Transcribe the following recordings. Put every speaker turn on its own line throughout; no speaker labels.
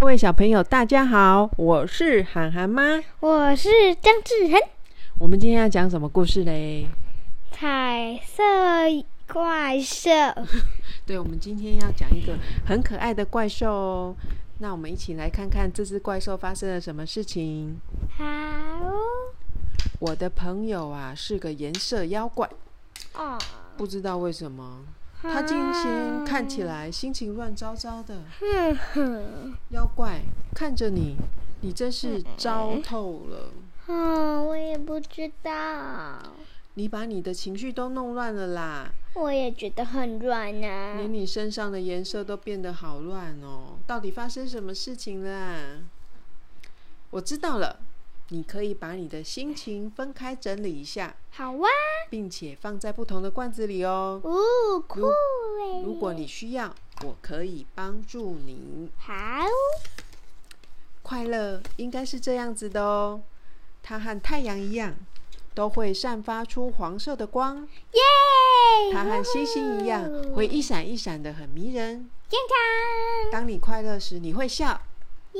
各位小朋友，大家好，我是涵涵妈。
我是张志恒。
我们今天要讲什么故事嘞？
彩色怪兽，
对，我们今天要讲一个很可爱的怪兽哦。那我们一起来看看这只怪兽发生了什么事情。
好哦
我的朋友啊是个颜色妖怪，
哦，
不知道为什么他今天看起来心情乱糟糟的。
哼哼，
妖怪看着你，你真是糟透了。
哦，我也不知道，
你把你的情绪都弄乱了啦，
我也觉得很软啊。
连你身上的颜色都变得好乱哦。到底发生什么事情啦、我知道了，你可以把你的心情分开整理一下，
好哇、
并且放在不同的罐子里哦。
哦，酷哎！
如果你需要，我可以帮助你。
好哦，
快乐应该是这样子的哦，它和太阳一样，都会散发出黄色的光。
耶！
它和星星一样，会一闪一闪的，很迷人。
健康，
当你快乐时，你会笑，
咦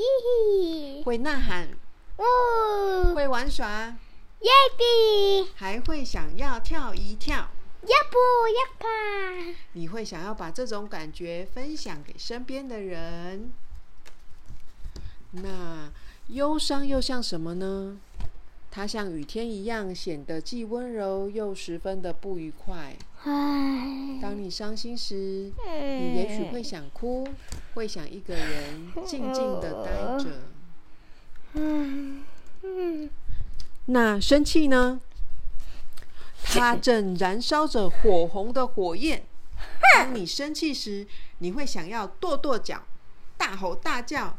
嘿，
会呐喊，
哦，
会玩耍，
耶比，
还会想要跳一跳。
要不要吧？
你会想要把这种感觉分享给身边的人。那忧伤又像什么呢？它像雨天一样，显得既温柔又十分的不愉快。
唉，
当你伤心时，你
你
也许会想哭，会想一个人静静的待着。
嗯嗯，
那生气呢？它正燃烧着火红的火焰。当你生气时，你会想要跺跺脚、大吼大叫，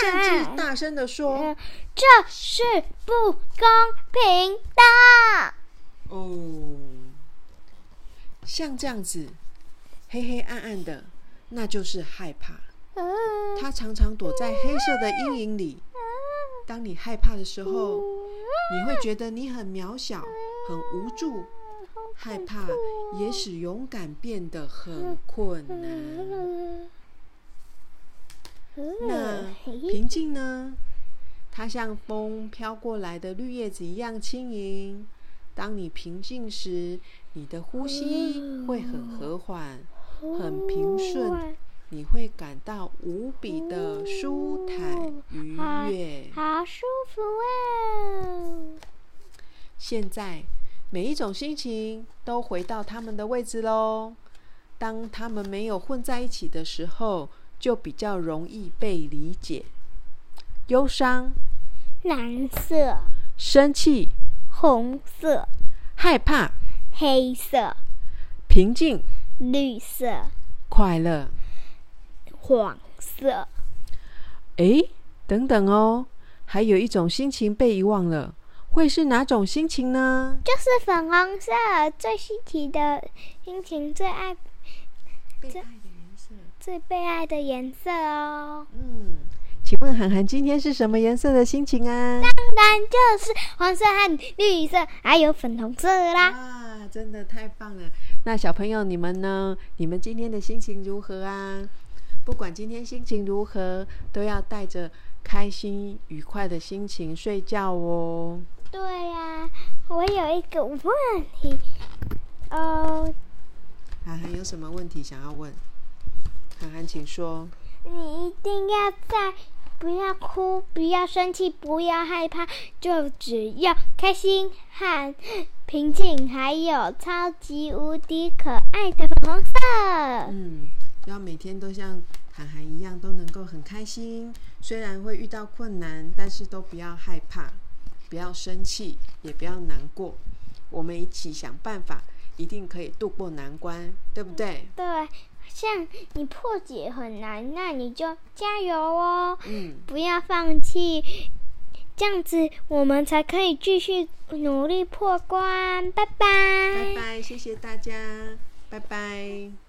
甚至大声的说
这是不公平的。：“
哦！”像这样子，黑黑暗暗的，那就是害怕。
嗯
它常常躲在黑色的阴影里。当你害怕的时候，你会觉得你很渺小、很无助，害怕也使勇敢变得很困
嗯
难。那平静呢？它像风飘过来的绿叶子一样轻盈。当你平静时，你的呼吸会很和缓，很平顺，你会感到无比的舒坦愉悦。
好舒服哦！
现在每一种心情都回到他们的位置喽。当他们没有混在一起的时候，就比较容易被理解。忧伤、
蓝色、
生气、
红色、
害怕、
黑色、
平静、
绿色、
快乐。
黄色。
诶，等等哦，还有一种心情被遗忘了，会是哪种心情呢？
就是粉红色，最稀奇的心情，最爱、
被爱的颜色。
最被爱的颜色哦。
嗯，请问涵涵今天是什么颜色的心情啊？
当然就是黄色和绿色，还有粉红色啦。
啊，真的太棒了！那小朋友你们呢？你们今天的心情如何啊？不管今天心情如何，都要带着开心愉快的心情睡觉哦。
对呀、我有一个问题哦，
涵涵有什么问题想要问？涵涵，请说。
你一定要在不要哭、不要生气、不要害怕，就只要开心和平静，还有超级无敌可爱的粉红色。
嗯，要每天都像涵涵一样，都能够很开心。虽然会遇到困难，但是都不要害怕，不要生气，也不要难过。我们一起想办法，一定可以度过难关，对不对？
对，像你破解很难，那你就加油哦。
嗯，
不要放弃，这样子我们才可以继续努力破关。拜拜
拜拜，谢谢大家，拜拜。